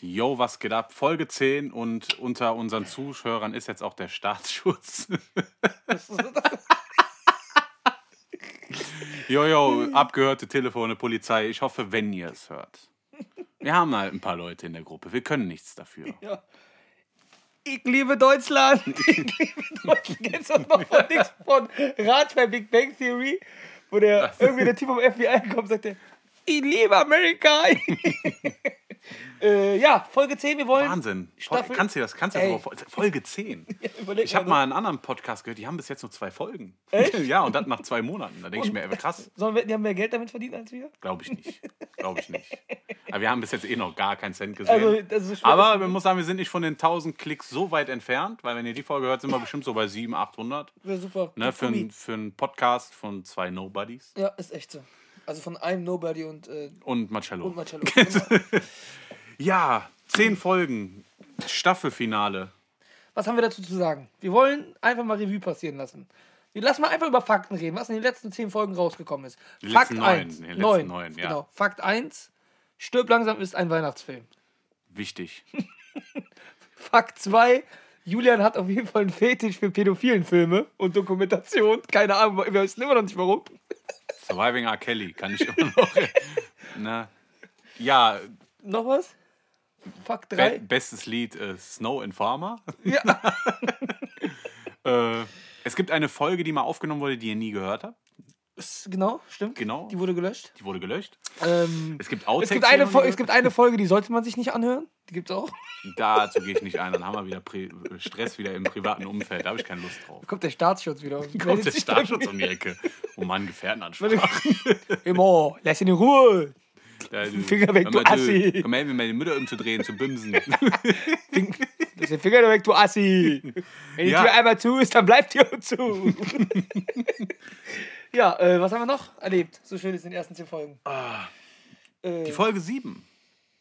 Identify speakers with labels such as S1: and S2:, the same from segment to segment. S1: Yo, was geht ab? Folge 10 und unter unseren Zuschauern ist jetzt auch der Staatsschutz. yo, yo, abgehörte Telefone, Polizei. Ich hoffe, wenn ihr es hört. Wir haben halt ein paar Leute in der Gruppe. Wir können nichts dafür.
S2: Ja. Ich liebe Deutschland. Ich liebe Deutschland. Kennst du das noch von nichts von Raj bei Big Bang Theory? Wo der irgendwie der Typ vom FBI kommt und sagt, der, ich liebe Amerika. äh, ja, Folge 10, wir wollen.
S1: Wahnsinn. Voll-
S2: Staffel-
S1: Kannst du dir das? Kannst du
S2: Ey.
S1: das mal vor- Folge 10.
S2: überleg
S1: Ich habe
S2: mal.
S1: mal einen anderen Podcast gehört, die haben bis jetzt nur zwei Folgen. Ja, und das nach zwei Monaten. Da denke ich mir, ey, krass,
S2: Sollen wir, die haben mehr Geld damit verdient als wir?
S1: glaube ich nicht. Glaube ich nicht. Aber wir haben bis jetzt eh noch gar keinen Cent gesehen.
S2: Also, das ist schwer.
S1: Aber man muss sagen, wir sind nicht von den 1000 Klicks so weit entfernt, weil wenn ihr die Folge hört, sind wir bestimmt so bei 700, 800.
S2: Wäre super.
S1: Ne, für,
S2: Kombi.
S1: einen für einen Podcast von zwei Nobodies
S2: ja, ist echt so. Also von einem Nobody und, äh,
S1: und Marcello.
S2: und Marcello. Genau.
S1: ja, zehn Folgen, Staffelfinale.
S2: Was haben wir dazu zu sagen? Wir wollen einfach mal Revue passieren lassen. Wir lassen mal einfach über Fakten reden, was in den letzten zehn Folgen rausgekommen ist.
S1: Die
S2: Fakt
S1: letzten neun,
S2: 1.
S1: die letzten neun, ja.
S2: Genau. Fakt 1. Stirb langsam ist ein Weihnachtsfilm.
S1: Wichtig.
S2: Fakt 2. Julian hat auf jeden Fall einen Fetisch für pädophilen Filme und Dokumentation. Keine Ahnung, wir wissen immer noch nicht warum.
S1: Surviving R. Kelly kann ich immer noch. ne? Ja,
S2: Noch was? Fakt
S1: be
S2: 3.
S1: bestes Lied äh, Snow in Farmer.
S2: Ja.
S1: Äh, es gibt eine Folge, die mal aufgenommen wurde, die ihr nie gehört habt.
S2: Ist- Genau, stimmt.
S1: Genau.
S2: Die wurde gelöscht.
S1: Die wurde gelöscht.
S2: Ähm,
S1: Es gibt
S2: es,
S1: Outtakes.
S2: gibt
S1: die ihr
S2: eine
S1: noch nie
S2: Fol-
S1: gehört
S2: es gibt eine Folge, die sollte man sich nicht anhören. Die gibt's auch.
S1: Dazu gehe ich nicht ein, dann haben wir wieder Pri Stress wieder im privaten Umfeld, da habe ich keine Lust drauf.
S2: Da kommt der Staatsschutz wieder. und
S1: Kommt
S2: meldet
S1: der
S2: sich bei
S1: Staatsschutz
S2: mir.
S1: um die Ecke. Oh Mann, Gefährdenansprache.
S2: Immer, lass ihn in Ruhe.
S1: Den
S2: Finger weg, du Assi.
S1: Komm her, mir meine Mütter umzudrehen, zu bimsen.
S2: Lass den Finger da weg, du Assi. Wenn die
S1: Ja.
S2: Tür einmal zu ist, dann bleibt die auch zu. ja, äh, was haben wir noch erlebt? So schön ist in den ersten zehn Folgen. Äh,
S1: Die Folge 7.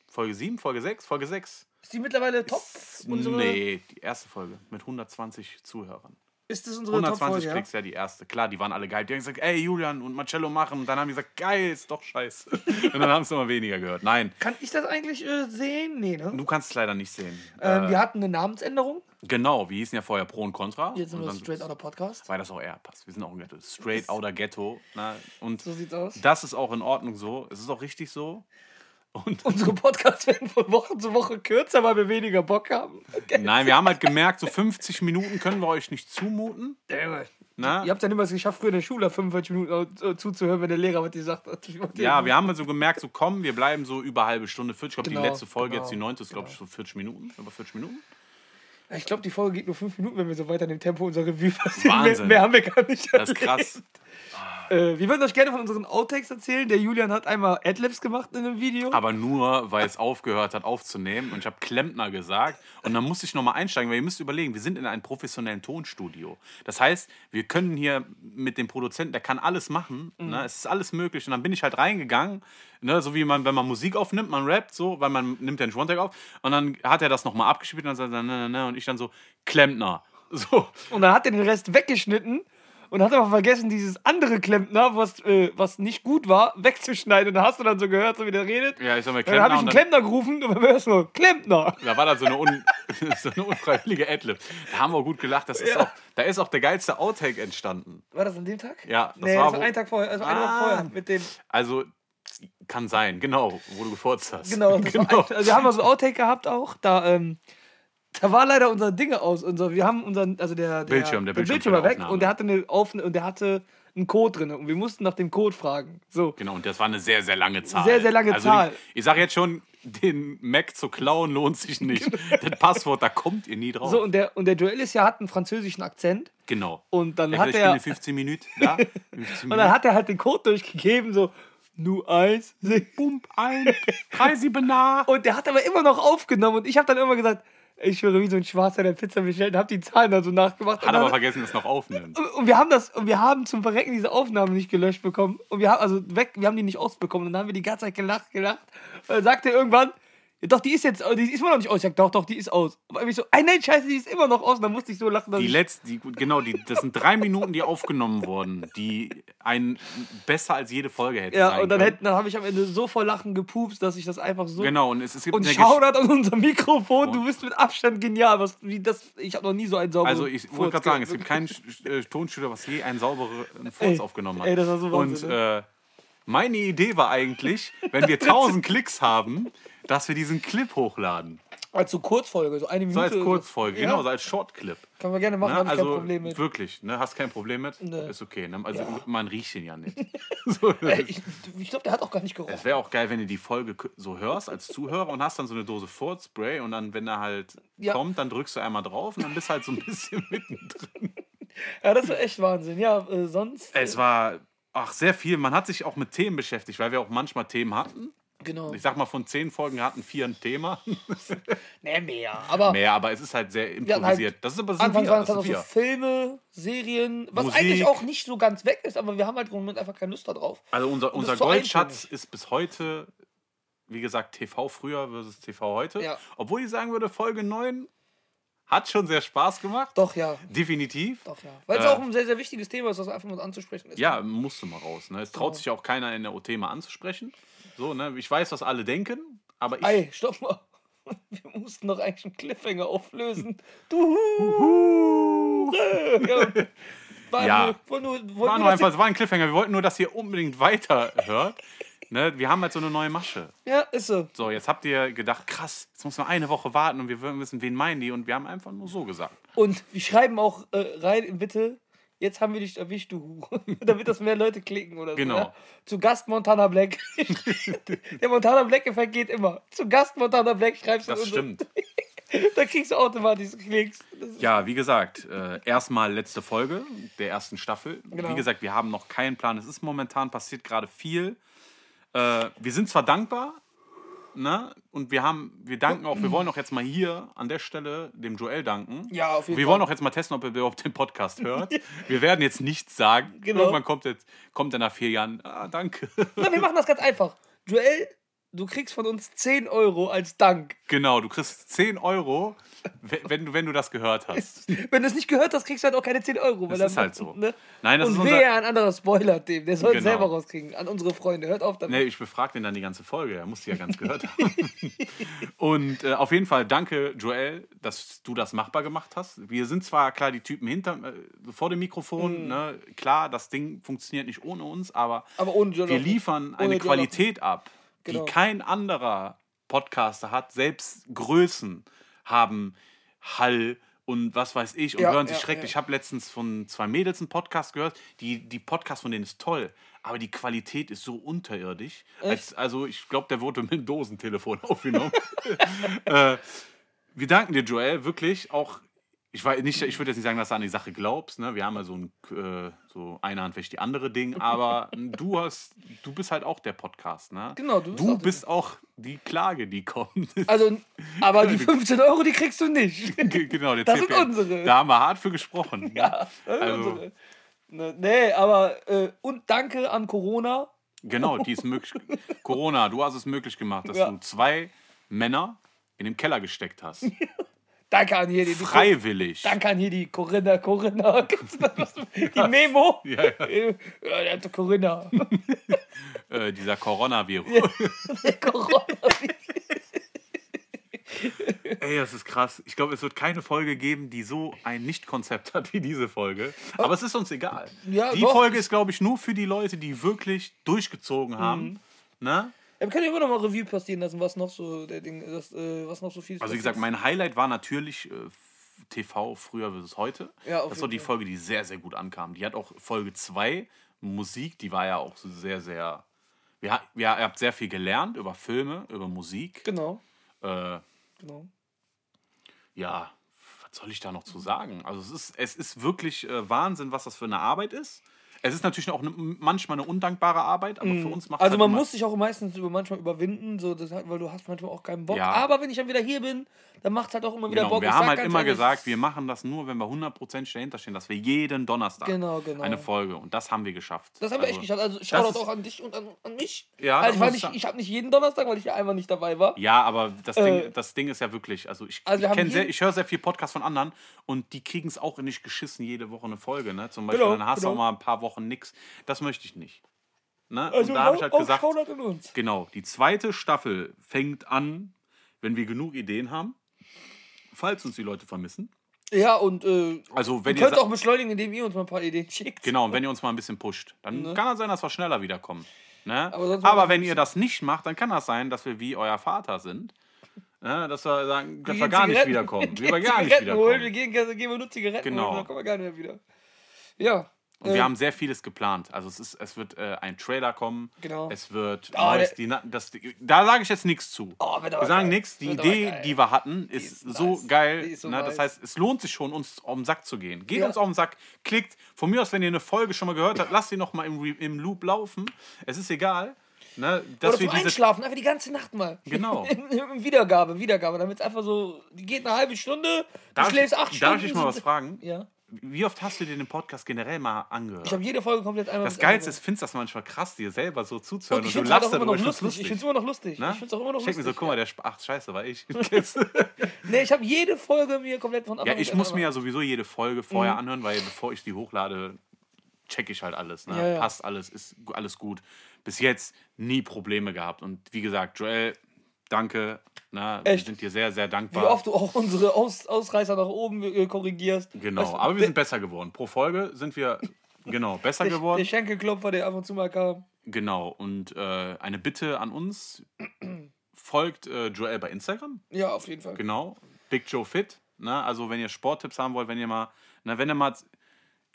S1: Folge 7, Folge 6, Folge 6.
S2: ist die mittlerweile top? Unsere,
S1: Nee, die erste Folge mit 120 Zuhörern.
S2: Ist das unsere
S1: 120
S2: Top-Folge?
S1: Klicks, ja, die erste. Klar, die waren alle geil. Die haben gesagt, ey, Julian und Marcello machen. Und dann haben die gesagt, geil, ist doch scheiße. Und dann haben es immer weniger gehört. Nein,
S2: Ja? Kann ich das eigentlich äh, sehen? Nee, ne?
S1: du kannst es leider nicht sehen.
S2: Ähm,
S1: Äh,
S2: wir hatten eine Namensänderung.
S1: Genau, wir hießen ja vorher Pro und Contra.
S2: Jetzt sind
S1: und
S2: wir
S1: dann
S2: straight out of Podcast.
S1: Weil das auch eher passt. Wir sind auch ein Ghetto. Straight outer Ghetto. Ne? Und
S2: So sieht's aus.
S1: das ist auch in Ordnung so. Es ist auch richtig so. Und
S2: Unsere Podcasts werden von Woche zu Woche kürzer, weil wir weniger Bock haben. Okay.
S1: nein, wir haben halt gemerkt, so 50 Minuten können wir euch nicht zumuten. Ne?
S2: Ihr habt ja niemals geschafft, früher in der Schule 45 Minuten äh, zuzuhören, wenn der Lehrer was gesagt hat.
S1: Ja, wir haben halt so gemerkt, so komm, wir bleiben so über halbe Stunde, 40. Ich glaube,
S2: Genau,
S1: die letzte Folge,
S2: genau,
S1: jetzt die neunte, ist, glaube ich, so 40 Minuten. Über 40 Minuten.
S2: Ich glaube, die Folge geht nur fünf Minuten, wenn wir so weiter in dem Tempo unser Review passieren. Mehr,
S1: Wahnsinn.
S2: mehr haben wir gar nicht.
S1: Das ist krass.
S2: Äh, wir würden euch gerne von unseren Outtakes erzählen. Der Julian hat einmal Adlibs gemacht in einem Video.
S1: Aber nur, weil es aufgehört hat aufzunehmen. Und ich habe Klempner gesagt. Und dann musste ich nochmal einsteigen, weil ihr müsst überlegen, wir sind in einem professionellen Tonstudio. Das heißt, wir können hier mit dem Produzenten, der kann alles machen. Ne? Es ist alles möglich. Und dann bin ich halt reingegangen, ne? so wie man, wenn man Musik aufnimmt, man rappt so, weil man nimmt ja einen One-Tag auf. Und dann hat er das nochmal abgespielt und dann sagt er, ne, ne, ne. Und ich dann so, Klempner. So,
S2: Und dann hat er den Rest weggeschnitten und hat aber vergessen, dieses andere Klempner, was, äh, was nicht gut war, wegzuschneiden. Und da hast du dann so gehört, so wie der redet.
S1: ja, ich sag mal,
S2: dann
S1: Klempner.
S2: habe ich einen
S1: und
S2: Klempner gerufen und dann hörst du, Klempner.
S1: Da war da so eine, un so eine unfreiwillige Adlib. Da haben wir gut gelacht. Das ist
S2: Ja.
S1: auch, da ist auch der geilste Outtake entstanden.
S2: War das an dem Tag?
S1: Ja, das
S2: das, nee,
S1: war
S2: war, das war
S1: wo-
S2: einen Tag vorher, also eine
S1: Ah.
S2: Woche vorher mit dem.
S1: Also, kann sein, genau, wo du gefurzt hast.
S2: Genau, das
S1: genau.
S2: War ein, also wir haben mal so ein Outtake gehabt auch, da, ähm, da war leider unser Dinge aus, unser, wir haben unseren, also der, der
S1: Bildschirm, der Bildschirm
S2: war
S1: für die
S2: weg
S1: Aufnahme.
S2: und der hatte eine offene, und der hatte einen Code drin und wir mussten nach dem Code fragen. So.
S1: genau, und das war eine sehr, sehr lange Zahl.
S2: Sehr, sehr lange
S1: also
S2: Zahl.
S1: Ich, ich sage jetzt schon, den Mac zu klauen lohnt sich nicht. das Passwort, da kommt ihr nie drauf.
S2: Genau. So, und der, und der Duell ist ja, hat einen französischen Akzent
S1: genau.
S2: und dann
S1: Ja,
S2: hat
S1: ich bin
S2: er,
S1: in 15 Minuten da. 15
S2: und dann
S1: Minuten.
S2: hat er halt den Code durchgegeben, so, nu eins, sechs.
S1: Bump ein, drei, sieben nach.
S2: und der hat aber immer noch aufgenommen und ich habe dann immer gesagt, ich schwöre, wie so ein Schwarzer, der Pizza bestellt, und hab die Zahlen dann so nachgemacht. Und
S1: Hat aber
S2: dann-
S1: vergessen, das noch aufnehmen.
S2: Und- Und wir haben das, und wir haben zum Verrecken diese Aufnahmen nicht gelöscht bekommen. Und wir haben, also weg, wir haben die nicht ausbekommen. Und dann haben wir die ganze Zeit gelacht, gelacht. Und dann sagt er irgendwann, Doch, die ist jetzt, die ist immer noch nicht aus. Ich sag, doch, doch, die ist aus. Und ich so, ey, nein, scheiße, die ist immer noch aus. Und dann musste ich so lachen, dass
S1: Die
S2: ich
S1: letzten, die, genau, die, das sind drei Minuten, die aufgenommen wurden, die einen besser als jede Folge hätten.
S2: Ja,
S1: sein
S2: und dann,
S1: können.
S2: hätten, dann habe ich am Ende so vor Lachen gepupst, dass ich das einfach so.
S1: Genau, und es, es gibt
S2: Und
S1: eine
S2: schaudert an unser Mikrofon, du bist mit Abstand genial. Was, wie das, ich habe noch nie so einen sauberen.
S1: Also ich wollte
S2: Furz
S1: gerade sagen, es
S2: gehabt.
S1: gibt keinen Sch- äh, Tonstudio, was je einen sauberen Furz
S2: Ey,
S1: aufgenommen hat.
S2: ey, das war so
S1: Und
S2: Wahnsinn,
S1: äh, meine Idee war eigentlich, wenn wir 1000 Klicks haben, dass wir diesen Clip hochladen.
S2: Als so also Kurzfolge, so eine
S1: So
S2: Minute.
S1: als Kurzfolge,
S2: Ja.
S1: genau, so als Short-Clip.
S2: Kann man gerne machen,
S1: Ne?
S2: habe ich
S1: Also
S2: kein Problem mit.
S1: wirklich, ne? hast kein Problem mit?
S2: Nee.
S1: Ist okay. Ne? Also man riecht ihn ja nicht. so,
S2: Ey, Ich, ich glaube, der hat auch gar nicht gerochen.
S1: es wäre auch geil, wenn du die Folge k- so hörst als Zuhörer und hast dann so eine Dose Furzspray und dann, wenn er halt
S2: Ja.
S1: kommt, dann drückst du einmal drauf und dann bist du halt so ein bisschen mittendrin.
S2: Ja, das war echt Wahnsinn. Ja, äh, sonst.
S1: Es war ach, sehr viel. Man hat sich auch mit Themen beschäftigt, weil wir auch manchmal Themen hatten.
S2: Genau.
S1: Ich sag mal, von zehn Folgen hatten vier ein Thema.
S2: Nee, mehr. Aber
S1: Mehr, aber es ist halt sehr
S2: hatten halt-
S1: improvisiert. das ist aber also sind
S2: anfangs
S1: wir,
S2: waren es
S1: das
S2: dann auch
S1: sind
S2: so
S1: wir.
S2: Filme, Serien, was
S1: Musik.
S2: eigentlich auch nicht so ganz weg ist, aber wir haben halt im Moment einfach keine Lust darauf.
S1: Also unser,
S2: Und das
S1: unser
S2: so
S1: Goldschatz
S2: eintönig.
S1: ist bis heute, wie gesagt, TV früher versus TV heute.
S2: Ja.
S1: Obwohl ich sagen würde, Folge 9 hat schon sehr Spaß gemacht.
S2: Doch, ja.
S1: Definitiv.
S2: Doch, ja. Weil es
S1: Äh,
S2: auch ein sehr, sehr wichtiges Thema ist, das einfach mal anzusprechen ist.
S1: Ja, musste mal raus. Ne? Es traut sich ja auch keiner in der OT mal anzusprechen. So, ne? Ich weiß, was alle denken, aber ich
S2: Ei, stopp mal. Wir mussten doch eigentlich einen Cliffhanger auflösen. Du. Ja. War
S1: Ja.
S2: nur, war nur,
S1: war
S2: war
S1: nur einfach, es war ein Cliffhanger. Wir wollten nur, dass ihr unbedingt weiterhört. ne? Wir haben halt so eine neue Masche.
S2: Ja, ist so.
S1: So, jetzt habt ihr gedacht, krass, jetzt muss man eine Woche warten und wir wollen wissen, wen meinen die. Und wir haben einfach nur so gesagt.
S2: Und wir schreiben auch äh, rein, bitte. Jetzt haben wir dich erwischt, du Hure. Damit das mehr Leute klicken oder so.
S1: Genau.
S2: Ja? Zu Gast Montana Black. Der Montana Black-Effekt geht immer. Zu Gast Montana Black schreibst du
S1: Das
S2: und so.
S1: stimmt.
S2: Da kriegst du automatisch Klicks. Das ist-
S1: Ja, wie gesagt, äh, erstmal letzte Folge der ersten Staffel.
S2: Genau.
S1: Wie gesagt, wir haben noch keinen Plan. Es ist momentan passiert gerade viel. Äh, wir sind zwar dankbar, ne? Und wir haben, wir danken auch, wir wollen auch jetzt mal hier an der Stelle dem Joel danken.
S2: Ja, auf jeden
S1: Wir
S2: Fall.
S1: wollen auch jetzt mal testen, ob er überhaupt den Podcast hört. Wir werden jetzt nichts sagen.
S2: Genau.
S1: Irgendwann kommt, jetzt, kommt er nach vier Jahren. Ah, danke.
S2: Na, wir machen das ganz einfach. Joel, du kriegst von uns 10 Euro als Dank.
S1: genau, du kriegst 10 Euro, we- wenn, du- wenn du das gehört hast.
S2: Wenn du es nicht gehört hast, kriegst du halt auch keine 10 Euro. weil
S1: Das ist
S2: dann-
S1: halt so.
S2: Ne?
S1: Nein, das ist
S2: Und
S1: unser.
S2: wer ein anderer Spoiler dem, der soll es
S1: Genau.
S2: selber rauskriegen. An unsere Freunde. Hört auf damit.
S1: Nee, ich befrag den dann die ganze Folge. Er muss die ja ganz gehört haben. Und äh, auf jeden Fall danke, Joel, dass du das machbar gemacht hast. Wir sind zwar klar die Typen hinter, äh, vor dem Mikrofon.
S2: Mhm.
S1: Ne? Klar, das Ding funktioniert nicht ohne uns, aber
S2: Aber ohne Joel.
S1: wir
S2: auch nicht.
S1: liefern
S2: Ohne
S1: eine
S2: Joel auch
S1: Qualität ab,
S2: Genau.
S1: die kein anderer Podcaster hat. Selbst Größen haben Hall und was weiß ich und
S2: Ja,
S1: hören sich
S2: ja,
S1: schrecklich.
S2: ja.
S1: Ich habe letztens von zwei Mädels einen Podcast gehört. Die, die Podcast von denen ist toll, aber die Qualität ist so unterirdisch. Als, also ich glaube, der wurde mit einem Dosentelefon aufgenommen. äh, wir danken dir, Joel, wirklich auch. Ich, weiß nicht, ich würde jetzt nicht sagen, dass du an die Sache glaubst. Ne? Wir haben ja so ein äh, so eine Hand wäscht die andere Ding, aber du hast, du bist halt auch der Podcast, ne?
S2: Genau,
S1: Du
S2: du
S1: bist,
S2: bist
S1: du
S2: auch
S1: auch, bist auch
S2: der-
S1: die Klage, die kommt.
S2: Also, aber die 15 Euro, die kriegst du nicht.
S1: Ge- genau, der
S2: Das sind
S1: CPM.
S2: unsere.
S1: Da haben wir hart für gesprochen. Ja, also,
S2: Unsere. Ne, Nee, aber äh, und danke an Corona.
S1: genau, die ist möglich. Corona, du hast es möglich gemacht, dass
S2: Oh. Ja.
S1: du zwei Männer in den Keller gesteckt hast.
S2: Danke an hier die, die
S1: Freiwillig.
S2: Danke an hier die Corinna, Corinna. Kennst du das, was du- Die Memo.
S1: Ja, ja.
S2: Äh, ja der hatte Corinna.
S1: Äh, dieser Coronavirus.
S2: Der Corona.
S1: Ey, das ist krass. Ich glaube, es wird keine Folge geben, die so ein Nicht-Konzept hat wie diese Folge. Aber es ist uns egal.
S2: Ja,
S1: die
S2: doch.
S1: Folge ist, glaube ich, nur für die Leute, die wirklich durchgezogen haben.
S2: Mhm.
S1: Ne?
S2: Ja, wir können ja immer noch mal Revue passieren lassen, was noch so der Ding, das, äh, was noch so viel.
S1: Also, wie gesagt, mein Highlight war natürlich äh, TV früher versus heute.
S2: Ja, auf
S1: das war
S2: jeden
S1: die
S2: Fall.
S1: Folge, die sehr, sehr gut ankam. Die hat auch Folge 2 Musik, die war ja auch so sehr, sehr. Wir, ha- wir, ihr habt sehr viel gelernt über Filme, über Musik.
S2: Genau,
S1: Äh,
S2: genau.
S1: ja, was soll ich da noch zu sagen? Also es ist, es ist wirklich äh, Wahnsinn, was das für eine Arbeit ist. Es ist natürlich auch ne, manchmal eine undankbare Arbeit, aber für uns macht
S2: Also
S1: halt
S2: man
S1: immer-
S2: muss sich auch meistens über manchmal überwinden, so das, weil du hast manchmal auch keinen Bock.
S1: Ja.
S2: Aber wenn ich dann wieder hier bin, dann macht halt auch immer wieder
S1: Genau,
S2: Bock.
S1: wir
S2: Ich
S1: haben
S2: sag
S1: halt
S2: ganz
S1: immer
S2: ehrlich,
S1: gesagt, wir machen das nur, wenn wir 100% dahinter stehen, dass wir jeden Donnerstag
S2: Genau, genau.
S1: eine Folge und das haben wir geschafft.
S2: Das haben wir echt
S1: Also,
S2: geschafft. Also
S1: das
S2: Shoutout
S1: ist-
S2: auch an dich und an, an mich.
S1: Ja,
S2: also,
S1: das
S2: ich, war
S1: muss
S2: nicht,
S1: ich
S2: ich habe nicht jeden Donnerstag, weil ich ja einmal nicht dabei war.
S1: Ja, aber das,
S2: Äh,
S1: Ding, das Ding ist ja wirklich, also ich,
S2: Also wir
S1: ich,
S2: haben
S1: kenn sehr,
S2: jeden-
S1: ich höre sehr viel Podcasts von anderen und die kriegen es auch nicht geschissen, jede Woche eine Folge. Ne? Zum Beispiel,
S2: Genau,
S1: dann hast du auch
S2: genau.
S1: mal ein paar Wochen nix. Das möchte ich nicht. Ne?
S2: Also
S1: und da habe ich halt
S2: auch
S1: gesagt,
S2: Shoutout an uns.
S1: Genau, die zweite Staffel fängt an, wenn wir genug Ideen haben, falls uns die Leute vermissen.
S2: Ja, und äh,
S1: Also
S2: ihr
S1: wenn ihr
S2: könnt
S1: sa-
S2: auch beschleunigen, indem ihr uns mal ein paar Ideen schickt.
S1: genau, und wenn ihr uns mal ein bisschen pusht, dann kann das sein, dass wir schneller wiederkommen. Ne?
S2: Ne? Aber sonst
S1: Aber,
S2: machen wir
S1: wenn ihr das nicht macht, dann kann das sein, dass wir wie euer Vater sind, ne? dass wir sagen, dass
S2: gehen
S1: wir gar nicht
S2: Zigaretten-
S1: wiederkommen,
S2: gehen
S1: wir gar nicht
S2: Zigaretten Holen, wir
S1: wiederkommen.
S2: gehen, also gehen wir nur Zigaretten
S1: Genau.
S2: holen, dann kommen wir gar nicht mehr wieder. Ja. äh,
S1: Und wir haben sehr vieles geplant. Also es ist, es wird äh, ein Trailer kommen.
S2: Genau.
S1: Es wird
S2: Ah,
S1: neues,
S2: der-
S1: die, Na- das, die- da sage ich jetzt nichts zu.
S2: Oh, wird aber
S1: Wir sagen
S2: geil.
S1: nichts. Die
S2: Wird aber
S1: Idee,
S2: geil.
S1: die wir hatten, ist,
S2: ist
S1: so
S2: nice.
S1: geil.
S2: Die ist so
S1: ne?
S2: nice.
S1: Das heißt, es lohnt sich schon, uns auf den Sack zu gehen. Geht
S2: Ja.
S1: uns auf den Sack, klickt. Von mir aus, wenn ihr eine Folge schon mal gehört habt, lasst sie noch mal im, Re- im Loop laufen. Es ist egal. Ne? Dass
S2: Oder zum
S1: wir diese,
S2: Einschlafen, einfach die ganze Nacht mal.
S1: Genau.
S2: Wiedergabe, Wiedergabe, damit es einfach so, die geht eine halbe Stunde, du
S1: darf,
S2: schläfst acht
S1: ich,
S2: Stunden.
S1: darf ich mal was fragen?
S2: Ja.
S1: Wie oft hast du dir den Podcast generell mal angehört?
S2: Ich habe jede Folge komplett einmal
S1: das
S2: bis
S1: Geilste
S2: Ende.
S1: ist, findest du das manchmal krass, dir selber so zuzuhören
S2: Und ich
S1: und, du
S2: finde es halt
S1: lachst
S2: auch immer
S1: darüber.
S2: noch
S1: Ich find's
S2: lustig. Ich
S1: lustig.
S2: finde es immer noch lustig.
S1: Ne?
S2: Ich finde es auch immer noch
S1: Ich denk mir so,
S2: lustig.
S1: guck mal, der Sp- ach, scheiße, war ich. Kennst du?
S2: nee, ich habe jede Folge mir komplett von Anfang
S1: Ja,
S2: bis
S1: ich
S2: Ende
S1: muss mir
S2: angehört.
S1: ja sowieso jede Folge
S2: Mhm.
S1: vorher anhören, weil bevor ich die hochlade, check ich halt alles. Ne?
S2: Ja, ja.
S1: Passt alles, ist gu- alles gut. Bis jetzt nie Probleme gehabt. Und wie gesagt, Joel, danke. Ne? Wir
S2: Echt?
S1: sind dir sehr, sehr dankbar.
S2: Wie oft du auch unsere Aus Ausreißer nach oben äh, korrigierst.
S1: Genau,
S2: Weißt du,
S1: aber wir sind besser geworden. Pro Folge sind wir, genau, besser
S2: der, der
S1: geworden.
S2: Schenkelklopfer, der ab und zu mal kam.
S1: Genau, und äh, eine Bitte an uns. Folgt äh, Joel bei Instagram.
S2: Ja, auf jeden Fall.
S1: Genau. Big Joe Fit. Ne? Also, wenn ihr Sporttipps haben wollt, wenn ihr mal, na, wenn ihr mal,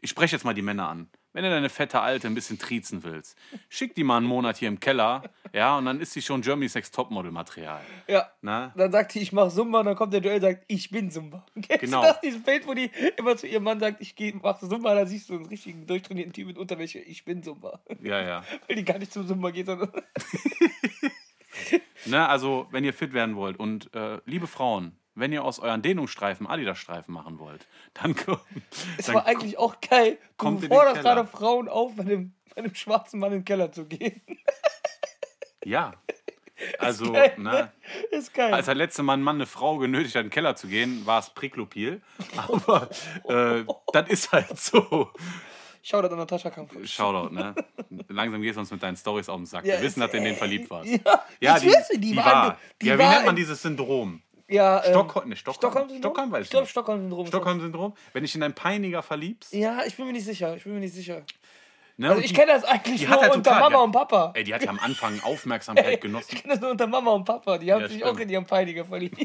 S1: ich spreche jetzt mal die Männer an. Wenn du deine fette Alte ein bisschen triezen willst, schick die mal einen Monat hier im Keller, ja, und dann ist sie schon Germany's Next Topmodel-Material.
S2: Ja.
S1: Ne?
S2: Dann sagt die, ich mach Zumba, und dann kommt der Joel und sagt, ich bin Zumba. Kennst
S1: Genau.
S2: du das, dieses Bild, wo die immer zu ihrem Mann sagt, ich geh, mach Zumba, dann siehst du einen richtigen durchtrainierten Typ mit Unterwäsche, ich bin Zumba.
S1: Ja, ja.
S2: Weil die gar nicht zum Zumba geht, sondern
S1: Ne? Also, wenn ihr fit werden wollt und äh, liebe Frauen, wenn ihr aus euren Dehnungsstreifen Adidas-Streifen machen wollt, dann, ko-
S2: es
S1: dann
S2: war eigentlich auch geil,
S1: kommt
S2: du
S1: in den
S2: forderst
S1: Keller.
S2: gerade Frauen auf, bei einem, bei einem schwarzen Mann in den Keller zu gehen.
S1: ja. Also,
S2: geil,
S1: ne?
S2: Ist geil.
S1: Als der letzte Mann, Mann eine Frau genötigt hat, in den Keller zu gehen, war es Priklopil. Aber äh, das ist halt so.
S2: Shoutout an Natascha Kampf.
S1: Shoutout, ne? Langsam gehst du uns mit deinen Stories auf den Sack.
S2: Ja,
S1: Wir wissen,
S2: es-
S1: dass du in den verliebt warst.
S2: Ja, ich wüsste, die, war,
S1: war.
S2: an- die
S1: ja, wie
S2: war
S1: nennt man
S2: in-
S1: dieses Syndrom?
S2: Ja, ähm,
S1: Stockholm, ne, Stockholm.
S2: Stockholm-Syndrom?
S1: Stockholm weiß ich
S2: ich glaube,
S1: nicht.
S2: Stockholm-Syndrom. ist
S1: Stockholm-Syndrom? Wenn ich in deinen Peiniger verliebst.
S2: das. Ja, ich bin mir nicht sicher. Ich bin mir nicht sicher.
S1: Ne?
S2: Also
S1: und
S2: ich
S1: die-
S2: kenne das eigentlich
S1: die
S2: nur
S1: hat halt
S2: unter
S1: total-
S2: Mama
S1: ja.
S2: und Papa.
S1: Ey, die hat ja am Anfang Aufmerksamkeit genossen.
S2: Ich kenne das nur unter Mama und Papa. Die haben
S1: Ja,
S2: sich
S1: stimmt.
S2: auch in ihren Peiniger verliebt.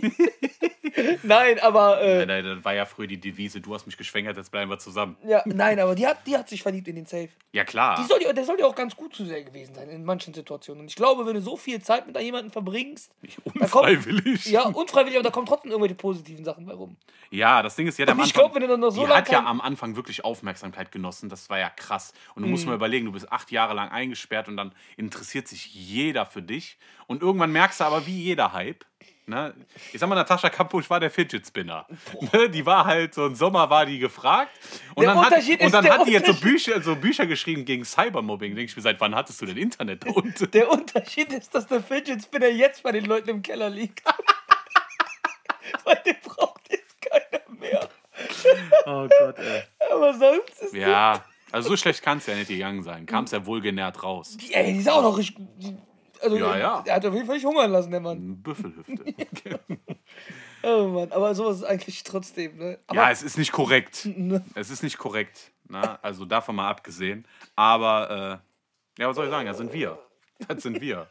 S2: nein, aber äh,
S1: Alter, das war ja früher die Devise, du hast mich geschwängert, jetzt bleiben wir zusammen.
S2: ja, nein, aber die hat, die hat sich verliebt in den Safe.
S1: Ja, klar.
S2: Die soll, ja- der soll ja auch ganz gut zu sehr gewesen sein in manchen Situationen. Und ich glaube, wenn du so viel Zeit mit jemandem verbringst, da kommt,
S1: Unfreiwillig.
S2: ja, unfreiwillig, aber da kommen trotzdem irgendwelche positiven Sachen bei rum.
S1: Ja, das Ding ist, die hat am
S2: ich
S1: Anfang,
S2: glaub, wenn du dann noch so
S1: die
S2: lang
S1: hat ja
S2: kein-
S1: am Anfang wirklich Aufmerksamkeit genossen. Das war ja krass. Und du
S2: Mhm.
S1: musst mal überlegen, du bist acht Jahre lang eingesperrt und dann interessiert sich jeder für dich. Und irgendwann merkst du aber, wie jeder Hype. Ne? Ich sag mal, Natascha Kampusch war der Fidget Spinner. Ne? Die war halt, so im Sommer war die gefragt. Und
S2: Der
S1: dann, hat,
S2: Unterschied ist
S1: und dann
S2: der
S1: hat die jetzt so
S2: Unterschied.
S1: Bücher, so Bücher geschrieben gegen Cybermobbing. Denke ich mir, seit wann hattest du denn Internet da unten?
S2: Der Unterschied ist, dass der Fidget Spinner jetzt bei den Leuten im Keller liegt. Weil den braucht jetzt keiner mehr.
S1: Oh Gott, ey.
S2: Aber sonst ist
S1: Ja, also so schlecht kann es ja nicht gegangen sein. Kam es ja wohlgenährt raus.
S2: die, ey, die ist auch noch richtig. die- Also,
S1: Ja, ja.
S2: Der hat auf jeden Fall nicht hungern lassen, der Mann.
S1: Büffelhüfte.
S2: Oh Mann, aber sowas ist eigentlich trotzdem, ne? Aber Ne.
S1: Ja, es ist nicht korrekt. Es ist nicht korrekt. Ne? Also davon mal abgesehen. Aber, äh, ja, was soll ich sagen? Das sind wir. Das sind wir.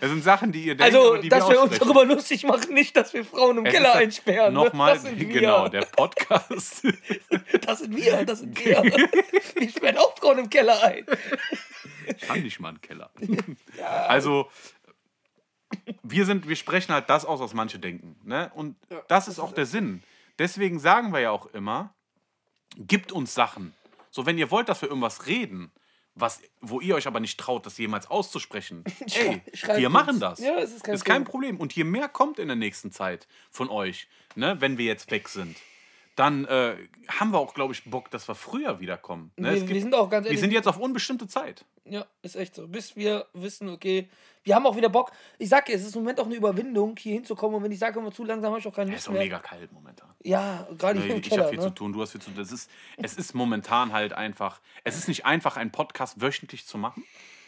S1: Das sind Sachen, die ihr denkt,
S2: also,
S1: über die
S2: dass wir uns
S1: aussprechen.
S2: darüber lustig machen, nicht, dass wir Frauen im
S1: Es
S2: Keller
S1: ist-
S2: einsperren. ne?
S1: Nochmal,
S2: das sind wir.
S1: genau, der Podcast.
S2: das sind wir, das sind wir. wir sperren auch Frauen im Keller ein.
S1: Kann nicht mal einen Keller. Also, wir, sind, wir sprechen halt das aus, was manche denken. Ne? Und das ist auch der Sinn. Deswegen sagen wir ja auch immer, gibt uns Sachen. So, wenn ihr wollt, dass wir irgendwas reden, was, wo ihr euch aber nicht traut, das jemals auszusprechen, ey,
S2: schreibt
S1: wir
S2: uns.
S1: machen das.
S2: Ja, es ist kein
S1: Problem. Und je mehr kommt in der nächsten Zeit von euch, ne, wenn wir jetzt weg sind, dann äh, haben wir auch, glaube ich, Bock, dass wir früher wiederkommen. Ne?
S2: wir,
S1: es
S2: wir
S1: gibt,
S2: sind auch ganz
S1: wir
S2: ehrlich.
S1: sind jetzt auf unbestimmte Zeit.
S2: ja, ist echt so. Bis wir wissen, okay, wir haben auch wieder Bock. Ich sag dir, es ist im Moment auch eine Überwindung, hier hinzukommen. Und wenn ich sage immer zu langsam, habe ich auch keine
S1: Ja,
S2: Lust
S1: ist auch
S2: mehr.
S1: mega kalt momentan.
S2: Ja, gerade
S1: Nee,
S2: hier im
S1: ich habe
S2: Keller.
S1: viel
S2: Ne?
S1: zu tun, du hast viel zu tun. Das ist, es ist momentan halt einfach, es ist nicht einfach, einen Podcast wöchentlich zu machen.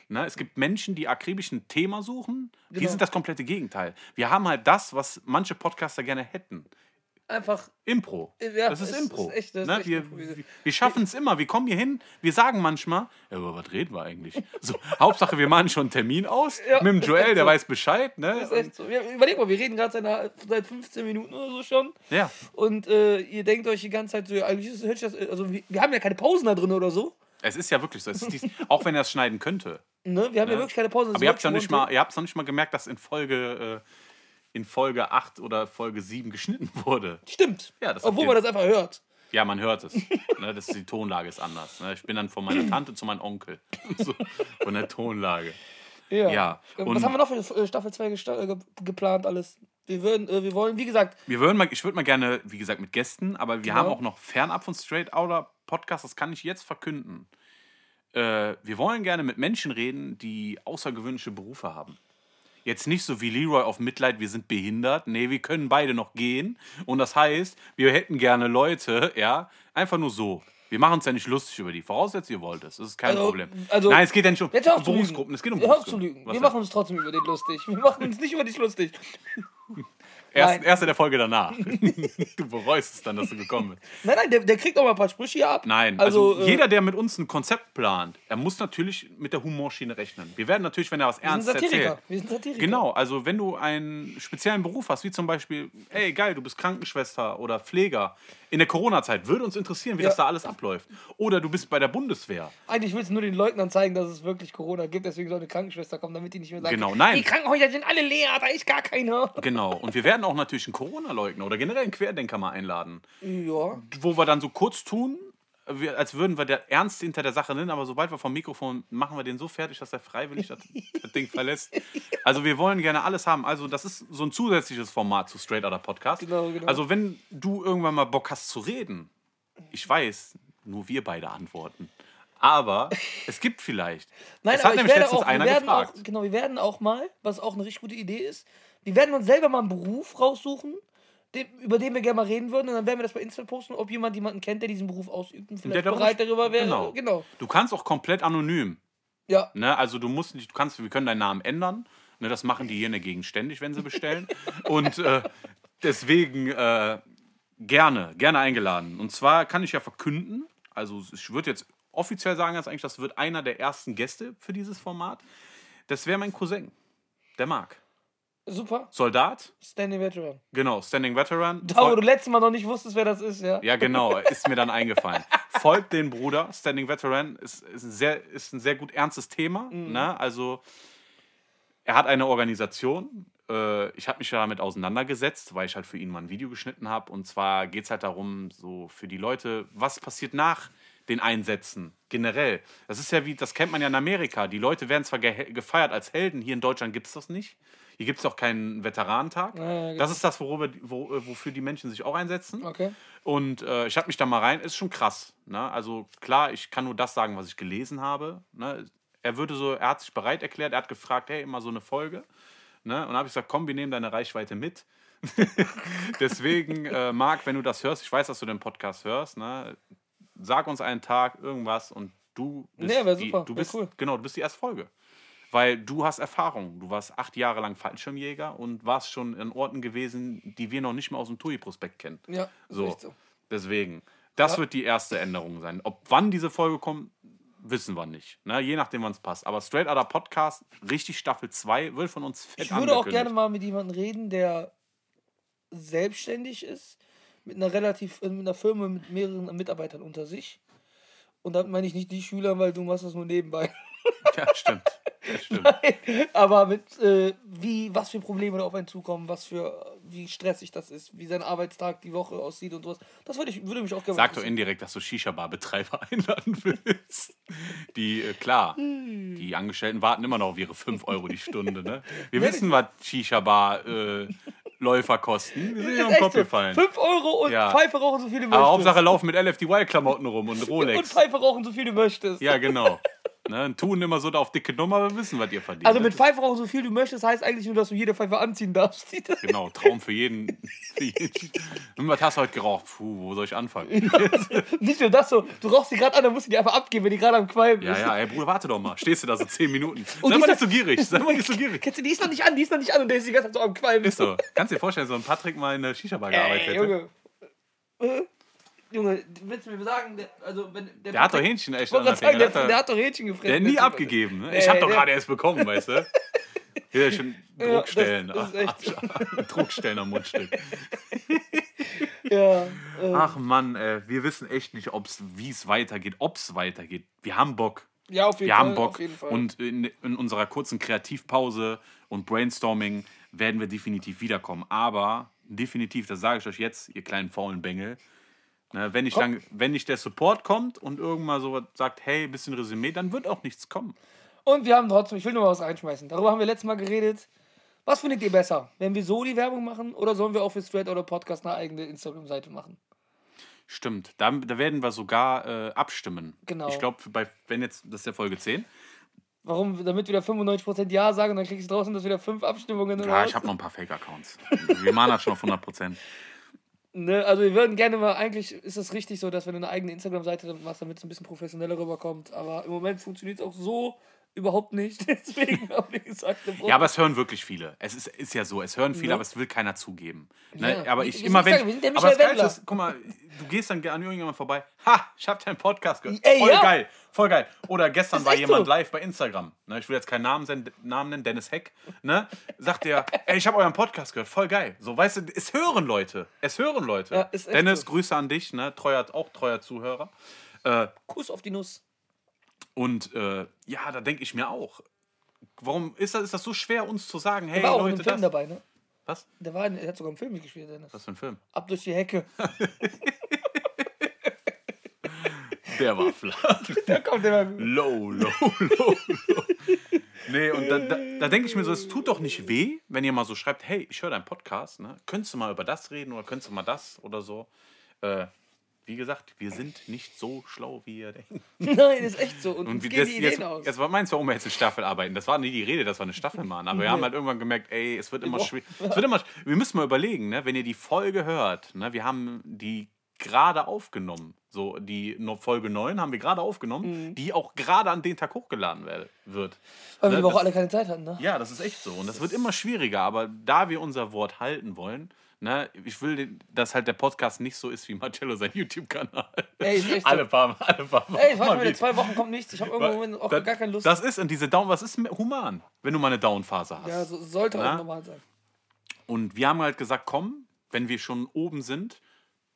S1: Ne? Es gibt Menschen, die akribisch ein Thema suchen. Wir
S2: Genau.
S1: sind das komplette Gegenteil. Wir haben halt das, was manche Podcaster gerne hätten.
S2: Einfach
S1: Impro.
S2: Äh, Ja,
S1: das ist
S2: es
S1: Impro.
S2: ist echt- das ist
S1: ne?
S2: echt
S1: wir
S2: improvisiert.
S1: wir schaffen es immer. Wir kommen hier hin, wir sagen manchmal, ja, über was reden wir eigentlich? So, Hauptsache, wir machen schon einen Termin aus
S2: Ja,
S1: mit dem
S2: ist
S1: Joel,
S2: echt
S1: der
S2: so.
S1: weiß Bescheid. Ne?
S2: Das ist echt so. Ja, überleg mal, wir reden gerade seit, seit 15 Minuten oder so schon.
S1: Ja.
S2: Und äh, ihr denkt euch die ganze Zeit so, ja, eigentlich ist hört sich das. Also wir, wir haben ja keine Pausen da drin oder so.
S1: Es ist ja wirklich so. Es ist dies, auch wenn er es schneiden könnte.
S2: Ne? Wir haben ja.
S1: Ja.
S2: wirklich keine Pausen. das
S1: Aber
S2: ist
S1: ihr habt es noch,
S2: wirklich
S1: nicht
S2: runter.
S1: mal- ihr habt's noch nicht mal gemerkt, dass in Folge, äh, in Folge 8 oder Folge 7 geschnitten wurde.
S2: Stimmt.
S1: Ja, das habt
S2: Obwohl
S1: ihr-
S2: man das einfach hört.
S1: Ja, man hört es. ne, das, die Tonlage ist anders. Ne? Ich bin dann von meiner Tante zu meinem Onkel. So, von der Tonlage. Ja,
S2: Ähm,
S1: und-
S2: Was haben wir noch für äh, Staffel 2 gesta äh, ge geplant alles? Wir, würden, äh, wir wollen, wie gesagt,
S1: Wir würden mal, ich würde mal gerne, wie gesagt, mit Gästen, aber wir
S2: Genau.
S1: haben auch noch fernab von Straight Outer Podcast, das kann ich jetzt verkünden. Äh, wir wollen gerne mit Menschen reden, die außergewöhnliche Berufe haben. Jetzt nicht so wie Leroy auf Mitleid, wir sind behindert. Nee, wir können beide noch gehen. Und das heißt, wir hätten gerne Leute, ja, einfach nur so. Wir machen uns ja nicht lustig über die. Voraussetzt, ihr wollt es. Das ist kein
S2: Also,
S1: Problem.
S2: also-
S1: Nein, es geht ja nicht um
S2: jetzt hör auf zu lügen.
S1: Berufsgruppen. Es geht um
S2: Hör auf zu
S1: Berufsgruppen.
S2: lügen.
S1: Was
S2: wir
S1: denn?
S2: machen uns trotzdem über den lustig. Wir machen uns nicht über dich lustig.
S1: erst,
S2: Nein.
S1: erst in der Folge danach. du bereust es dann, dass du gekommen bist.
S2: Nein, nein, der, der kriegt auch mal ein paar Sprüche hier ab.
S1: Nein, also,
S2: äh,
S1: jeder, der mit uns ein Konzept plant, er muss natürlich mit der Humorschiene rechnen. Wir werden natürlich, wenn er was
S2: wir sind
S1: Ernstes erzählt.
S2: Satiriker. Wir sind Satiriker.
S1: Genau, also wenn du einen speziellen Beruf hast, wie zum Beispiel, ey geil, du bist Krankenschwester oder Pfleger, in der Corona-Zeit würde uns interessieren, wie
S2: Ja.
S1: das da alles abläuft. Oder du bist bei der Bundeswehr.
S2: Eigentlich willst du nur den Leugnern zeigen, dass es wirklich Corona gibt, deswegen soll eine Krankenschwester kommen, damit die nicht mehr sagen,
S1: Genau, nein.
S2: die Krankenhäuser sind alle leer, da ist gar keiner.
S1: Genau, und wir werden auch natürlich einen Corona-Leugner oder generell einen Querdenker mal einladen.
S2: Ja,
S1: wo wir dann so kurz tun, wir, als würden wir der Ernst hinter der Sache nennen, aber sobald wir vom Mikrofon machen wir den so fertig, dass er freiwillig das, das Ding verlässt. Also wir wollen gerne alles haben. Also das ist so ein zusätzliches Format zu Straight Outta Podcast.
S2: Genau, genau.
S1: Also wenn du irgendwann mal Bock hast zu reden, ich weiß, nur wir beide antworten. Aber es gibt vielleicht.
S2: Nein,
S1: es
S2: aber
S1: hat
S2: ich
S1: nämlich
S2: werde
S1: letztens
S2: auch,
S1: einer
S2: wir werden auch,
S1: gefragt.
S2: genau, wir werden auch mal, was auch eine richtig gute Idee ist, wir werden uns selber mal einen Beruf raussuchen, den, über den wir gerne mal reden würden und dann werden wir das bei Insta posten, ob jemand jemanden kennt, der diesen Beruf ausübt und vielleicht
S1: der darüber
S2: bereit
S1: sp-
S2: darüber wäre.
S1: genau. Du kannst auch komplett anonym.
S2: Ja,
S1: Ne? Also du musst nicht, du kannst, wir können deinen Namen ändern. Ne? Das machen die hier in der Gegend ständig, wenn sie bestellen. Und äh, deswegen äh, gerne, gerne eingeladen. Und zwar kann ich ja verkünden, also ich würde jetzt offiziell sagen, dass eigentlich das wird einer der ersten Gäste für dieses Format. Das wäre mein Cousin, der Marc.
S2: super.
S1: Soldat,
S2: Standing Veteran.
S1: genau, Standing Veteran.
S2: Da, wo
S1: Fol-
S2: du letztes Mal noch nicht wusstest, wer das ist, ja.
S1: ja, genau, ist mir dann eingefallen. Folgt den Bruder, Standing Veteran, ist, ist, ein, sehr, ist ein sehr gut ernstes Thema.
S2: Mhm.
S1: Ne? Also, er hat eine Organisation. Äh, ich habe mich ja damit auseinandergesetzt, weil ich halt für ihn mal ein Video geschnitten habe. Und zwar geht es halt darum, so für die Leute, was passiert nach den Einsätzen generell. Das ist ja wie, das kennt man ja in Amerika. Die Leute werden zwar ge gefeiert als Helden, hier in Deutschland gibt es das nicht. Hier gibt es auch keinen Veteranentag.
S2: Ja, genau. ja,
S1: das ist das, worüber, wo, äh, wofür die Menschen sich auch einsetzen.
S2: Okay.
S1: Und äh, ich habe mich da mal rein, ist schon krass. Ne? Also klar, ich kann nur das sagen, was ich gelesen habe. Ne? Er würde so, er hat sich bereit erklärt, er hat gefragt, hey, immer so eine Folge. Ne? Und dann habe ich gesagt, komm, wir nehmen deine Reichweite mit. Deswegen, äh, Marc, wenn du das hörst, ich weiß, dass du den Podcast hörst, ne? sag uns einen Tag irgendwas und du bist,
S2: Nee, wär
S1: die,
S2: super,
S1: du
S2: wär
S1: bist
S2: cool.
S1: genau, du bist die erste Folge. Weil du hast Erfahrung. Du warst acht Jahre lang Fallschirmjäger und warst schon in Orten gewesen, die wir noch nicht mal aus dem TUI-Prospekt kennen.
S2: Ja, ist
S1: So.
S2: echt so.
S1: Deswegen. Das
S2: Ja.
S1: wird die erste Änderung sein. Ob wann diese Folge kommt, wissen wir nicht. Ne? Je nachdem, wann es passt. Aber Straight Outta Podcast, richtig Staffel 2, wird von uns fett
S2: Ich würde auch
S1: angekündigt.
S2: gerne mal mit jemandem reden, der selbstständig ist, mit einer relativ, äh, mit einer Firma mit mehreren Mitarbeitern unter sich. Und damit meine ich nicht die Schüler, weil du machst das nur nebenbei.
S1: Ja, stimmt.
S2: Nein, aber mit äh, wie, was für Probleme da auf einen zukommen, was für, wie stressig das ist, wie sein Arbeitstag die Woche aussieht und sowas. Das würde, ich, würde mich auch gerne
S1: Sag doch
S2: interessieren.
S1: indirekt, dass du Shisha-Bar-Betreiber einladen willst. Die, äh, klar,
S2: Hm.
S1: die Angestellten warten immer noch auf ihre 5 Euro die Stunde. Ne? Wir wissen, was Shisha-Bar-Läufer kosten. Wir sind ja
S2: Das
S1: auf den
S2: ist
S1: Kopf
S2: echt so.
S1: gefallen.
S2: 5 Euro und
S1: Ja.
S2: Pfeife rauchen so viel du
S1: Aber
S2: möchtest.
S1: Hauptsache laufen mit LFDY-Klamotten rum und
S2: und
S1: Rolex.
S2: Pfeife rauchen so viel du möchtest.
S1: Ja, genau. Ne? und Tun immer so da auf dicke Nummer, aber wir wissen, was ihr verdient. ne?
S2: Also mit Pfeife rauchen so viel du möchtest, heißt eigentlich nur, dass du jede Pfeife anziehen darfst.
S1: Genau, Traum für jeden. für jeden. Und was hast du heute geraucht? Puh, wo soll ich anfangen?
S2: Nicht nur das so, du rauchst die gerade an, dann musst du die einfach abgeben, wenn die gerade am Qualmen
S1: Ja,
S2: ist.
S1: ja, ey Bruder, warte doch mal. Stehst du da so 10 Minuten?
S2: Und
S1: Sei
S2: die
S1: mal
S2: ist
S1: nicht so gierig, sei mal nicht so gierig.
S2: Kennst du, die ist noch nicht an, die ist noch nicht an und der ist die ganze Zeit so am Qualmen.
S1: Ist so. Kannst dir vorstellen, so ein Patrick mal in der Shisha-Bar gearbeitet
S2: Ey,
S1: hätte?
S2: Junge. Äh, Junge, willst du mir sagen, der, also wenn der,
S1: Der hat doch Hähnchen echt
S2: Ich wollte
S1: an der
S2: gerade sagen, der,
S1: Finger.
S2: der,
S1: hat
S2: hat doch Hähnchen gefressen.
S1: er- der hat nie
S2: Typ.
S1: abgegeben. Ne?
S2: Nee,
S1: Ich hab doch
S2: der-
S1: gerade erst bekommen, weißt du? Hier schon
S2: Ja,
S1: Druckstellen.
S2: das- das ist
S1: Druckstellen am Mundstück.
S2: Ja. Äh,
S1: Ach Mann, ey, wir wissen echt nicht, ob's, wie es weitergeht, ob es weitergeht. Wir haben Bock.
S2: ja, auf jeden
S1: Wir
S2: Fall.
S1: haben Bock.
S2: Auf jeden Fall.
S1: Und in, in unserer kurzen Kreativpause und Brainstorming werden wir definitiv wiederkommen. Aber definitiv, das sage ich euch jetzt, ihr kleinen faulen Bengel. Ne, wenn,
S2: Oh.
S1: nicht lang, wenn nicht der Support kommt und irgendwann so was sagt, hey, bisschen Resümee, dann wird auch nichts kommen.
S2: Und wir haben trotzdem, ich will nur mal was reinschmeißen. Darüber haben wir letztes Mal geredet. Was findet ihr besser? Wenn wir so die Werbung machen oder sollen wir auch für Straight oder Podcast eine eigene Instagram-Seite machen?
S1: Stimmt, da, da werden wir sogar äh, abstimmen.
S2: Genau.
S1: Ich glaube, wenn jetzt, das ist ja Folge 10.
S2: Warum? Damit wieder 95% Ja sagen, dann kriegst du draußen, dass wieder fünf Abstimmungen oder
S1: Ja,
S2: was?
S1: ich habe noch ein paar Fake-Accounts. Wir machen das schon auf 100 Prozent.
S2: Ne, also wir würden gerne mal, eigentlich ist es richtig so, dass wenn du eine eigene Instagram-Seite damit machst, damit es ein bisschen professioneller rüberkommt. Aber im Moment funktioniert es auch so überhaupt nicht. Deswegen habe ich gesagt, wir brauchen-
S1: Ja, aber es hören wirklich viele. Es ist, ist ja so, es hören viele,
S2: Ne?
S1: aber es will keiner zugeben. Ne?
S2: Ja.
S1: Aber
S2: Ich-
S1: ich
S2: ich
S1: immer
S2: muss
S1: wenn.
S2: sagen, wir sind der
S1: aber das
S2: Michael
S1: Geilste ist, guck mal, du gehst dann an irgendjemand vorbei. Ha, ich hab deinen Podcast gehört.
S2: Ey,
S1: voll
S2: ja.
S1: geil, voll geil. Oder gestern
S2: ist
S1: war
S2: echt
S1: jemand
S2: so.
S1: live bei Instagram. Ne? Ich will jetzt keinen Namen, sen- Namen nennen, Dennis Heck. Ne? Sagt der, ey, ich hab euren Podcast gehört, voll geil. So, weißt du, es hören Leute. Es hören Leute.
S2: Ja, ist echt
S1: Dennis,
S2: so.
S1: Grüße an dich, ne? Treuer, auch treuer Zuhörer. Äh,
S2: Kuss auf die Nuss.
S1: und äh, ja, da denke ich mir auch. Warum ist das, ist das so schwer, uns zu sagen, hey
S2: war auch in
S1: Leute,
S2: einem Film
S1: das,
S2: dabei, ne?
S1: was?
S2: Der, war in, der hat sogar im Film mitgespielt, Dennis.
S1: Was für ein Film?
S2: Ab durch die Hecke.
S1: Der war flach.
S2: da kommt der mal.
S1: Low, low, low, low. Nee, und da, da, da denke ich mir so, es tut doch nicht weh, wenn ihr mal so schreibt, hey, ich höre deinen Podcast, ne? Könntest du mal über das reden oder könntest du mal das oder so? Äh, wie gesagt, wir sind nicht so schlau, wie ihr denkt.
S2: Nein, ist echt so. Und,
S1: Und
S2: uns
S1: wie
S2: gehen
S1: das,
S2: die
S1: jetzt,
S2: Ideen aus.
S1: jetzt war meins, warum wir jetzt eine Staffel arbeiten. Das war nie die Rede, dass wir eine Staffel machen. Aber wir haben halt irgendwann gemerkt, ey, es wird immer
S2: brauchen-
S1: schwierig. Es wird immer, sch- wir müssen mal überlegen, ne? wenn ihr die Folge hört, ne? wir haben die gerade aufgenommen. So, die no- Folge 9 haben wir gerade aufgenommen, die auch gerade an den Tag hochgeladen werde, wird.
S2: Mhm. Weil
S1: ne,
S2: wir die Woche
S1: das-
S2: alle keine Zeit hatten, ne?
S1: Ja, das ist echt so. Und das wird immer schwieriger. Aber da wir unser Wort halten wollen, ne? ich will, den- dass halt der Podcast nicht so ist wie Marcello sein YouTube-Kanal.
S2: Ey, ist echt so.
S1: Alle paar Mal, alle paar Mal.
S2: Ey, warte mal,
S1: wieder.
S2: in zwei Wochen kommt nichts. Ich habe irgendwo auch gar keine Lust.
S1: Das ist, und diese Down, was ist human, wenn du mal eine Down-Phase hast?
S2: ja, so, sollte
S1: Na?
S2: auch normal sein.
S1: Und wir haben halt gesagt, komm, wenn wir schon oben sind,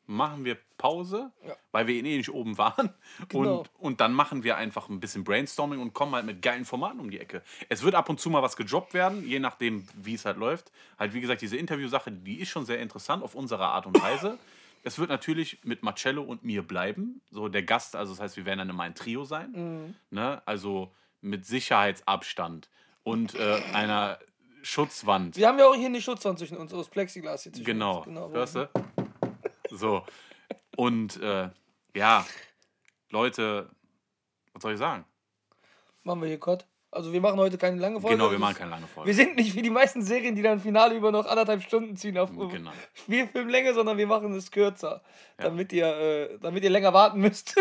S1: machen wir Pause,
S2: Ja.
S1: weil wir eh nicht oben waren.
S2: Genau.
S1: Und, und dann machen wir einfach ein bisschen Brainstorming und kommen halt mit geilen Formaten um die Ecke. Es wird ab und zu mal was gedroppt werden, je nachdem, wie es halt läuft. Halt, wie gesagt, diese Interviewsache, die ist schon sehr interessant auf unsere Art und Weise. Es wird natürlich mit Marcello und mir bleiben. So der Gast, also das heißt, wir werden dann immer ein Trio sein.
S2: Mhm.
S1: Ne? Also mit Sicherheitsabstand und äh, einer Schutzwand.
S2: Wir haben ja auch hier eine Schutzwand zwischen uns, aus Plexiglas hier zwischen
S1: Genau.
S2: uns. Genau.
S1: Hörst du? So. Und äh, ja, Leute, was soll ich sagen?
S2: Machen wir hier Cut. Also wir machen heute keine lange Folge.
S1: genau, wir
S2: Das-
S1: machen keine lange
S2: Wir
S1: Folge.
S2: sind nicht wie die meisten Serien, die dann Finale über noch anderthalb Stunden ziehen auf
S1: Genau.
S2: Spielfilmlänge, sondern wir machen es kürzer. Damit, ihr, äh, damit ihr länger warten müsst.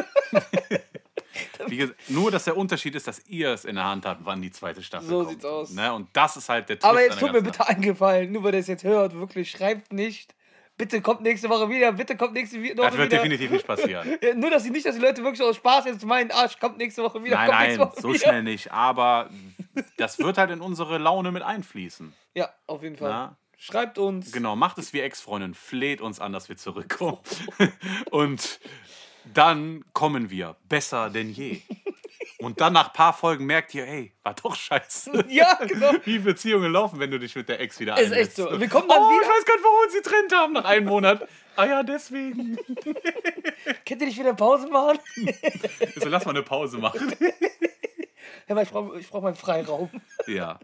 S1: Wie gesagt, nur, dass der Unterschied ist, dass ihr es in der Hand habt, wann die zweite Staffel
S2: So
S1: kommt.
S2: sieht's aus.
S1: Ne? Und das ist halt der Twist
S2: Aber jetzt
S1: an der
S2: tut mir
S1: ganzen
S2: bitte einen Gefallen, nur weil ihr es jetzt hört, wirklich, schreibt nicht. Bitte kommt nächste Woche wieder, bitte kommt nächste Woche
S1: Das wird
S2: wieder.
S1: definitiv nicht passieren.
S2: Ja, Äh, nur, dass sie nicht, dass die Leute wirklich aus Spaß jetzt meinen, Arsch, kommt nächste Woche wieder, kommt
S1: Nein,
S2: nächste
S1: nein,
S2: Woche
S1: so
S2: wieder.
S1: schnell nicht. Aber das wird halt in unsere Laune mit einfließen.
S2: Ja, auf jeden Fall.
S1: Na?
S2: Schreibt uns.
S1: Genau, macht es wie Ex-Freundin, fleht uns an, dass wir zurückkommen. Und dann kommen wir besser denn je. Und dann nach ein paar Folgen merkt ihr, ey, war doch scheiße.
S2: Ja, genau.
S1: Wie Beziehungen laufen, wenn du dich mit der Ex wieder
S2: Ist echt
S1: einlässt.
S2: so. Wir kommen dann
S1: oh, ich
S2: wieder.
S1: weiß gar nicht, warum wir uns getrennt haben nach einem Monat. Ah ja, deswegen.
S2: Könnt ihr nicht wieder Pause machen?
S1: Also lass mal eine Pause machen.
S2: Hör mal, ich brauche ich brauch meinen Freiraum.
S1: Ja.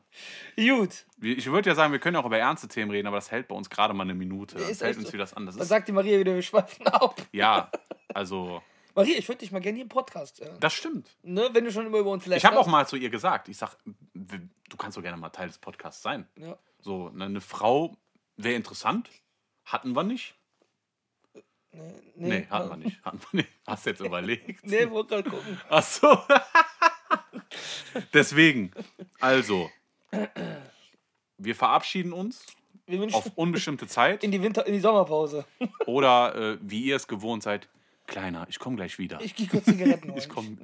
S2: Gut.
S1: Wir- Ich würde ja sagen, wir können auch über ernste Themen reden, aber das hält bei uns gerade mal eine Minute. Dann
S2: Ist
S1: fällt
S2: echt
S1: uns
S2: so.
S1: wieder das an. Das
S2: Dann
S1: ist,
S2: sagt die Maria wieder, wir schweifen ab.
S1: ja, also,
S2: Maria, ich würde dich mal gerne hier im Podcast. Äh,
S1: das stimmt.
S2: ne, wenn du schon immer über uns lässt.
S1: Ich habe auch mal zu ihr gesagt, ich sag, w- du kannst doch gerne mal Teil des Podcasts sein.
S2: Ja.
S1: So, ne, eine Frau wäre interessant. Hatten wir nicht? Nee,
S2: äh.
S1: hatten wir nicht. Hatten wir nicht. Hast jetzt überlegt.
S2: Nee, wollte gerade gucken.
S1: Ach so. Deswegen, also, wir verabschieden uns
S2: Wir
S1: auf
S2: wünschen
S1: unbestimmte Zeit
S2: in die Winter, in die Sommerpause.
S1: oder äh, wie ihr es gewohnt seid, kleiner, ich komme gleich wieder.
S2: Ich gehe kurz Zigaretten holen.
S1: Ich komme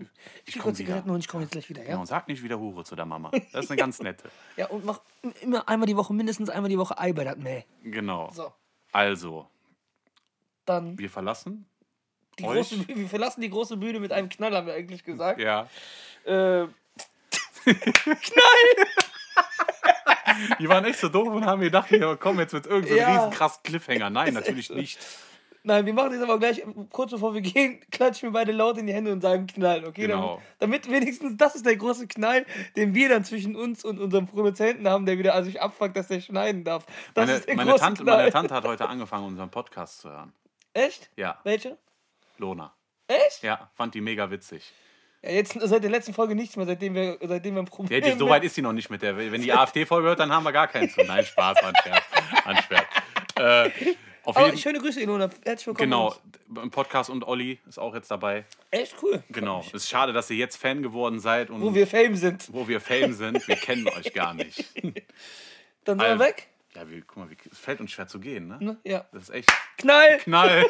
S1: ich
S2: geh
S1: komm
S2: kurz
S1: wieder.
S2: Zigaretten holen, ich komme jetzt gleich wieder, ja?
S1: Genau, sag nicht wieder Hure zu der Mama. Das ist eine ganz nette.
S2: Ja, und mach immer einmal die Woche, mindestens einmal die Woche Ei bei das Mehl.
S1: Genau.
S2: So,
S1: Also,
S2: dann
S1: wir verlassen.
S2: die
S1: euch?
S2: große, Bühne- wir verlassen die große Bühne mit einem Knall, haben wir eigentlich gesagt.
S1: Ja.
S2: Ähm,
S1: Die waren echt so doof und haben gedacht, ja, komm, jetzt wird irgendein so ein
S2: Ja.
S1: riesen krass Cliffhanger. Nein, natürlich nicht.
S2: nein, wir machen das aber gleich, ähm, kurz bevor wir gehen, klatschen wir beide laut in die Hände und sagen Knall, okay?
S1: Genau.
S2: Damit, damit wenigstens das ist der große Knall, den wir dann zwischen uns und unserem Produzenten haben, der wieder an sich abfuckt, dass der schneiden darf. Das
S1: Meine,
S2: ist der
S1: meine,
S2: große
S1: Tante,
S2: Knall.
S1: meine Tante hat heute angefangen, unseren Podcast zu hören.
S2: Echt?
S1: Ja,
S2: Welche?
S1: Lona.
S2: Echt?
S1: Ja, fand die mega witzig.
S2: Ja, jetzt seit der letzten Folge nichts mehr, seitdem wir, seitdem wir ein Problem
S1: Ja, die, so weit ist sie noch nicht mit der. Wenn die AfD-Folge hört, dann haben wir gar keinen zu. Nein, Spaß, Ansperrt. Ansperrt. Äh, auf
S2: Aber
S1: jeden
S2: schöne Grüße, Ilona. Herzlich willkommen.
S1: Genau,
S2: bei uns.
S1: im Podcast und Olli ist auch jetzt dabei.
S2: Echt cool.
S1: Genau. Es ist schade, dass ihr jetzt Fan geworden seid und
S2: Wo wir Fame sind.
S1: wo wir Fame sind. Wir kennen euch gar nicht.
S2: Dann sind wir
S1: Ähm,
S2: weg.
S1: Ja, ne? wir, guck mal, wir, es fällt uns schwer zu gehen, ne?
S2: Ne? Ja.
S1: Das ist echt
S2: Knall!
S1: Knall.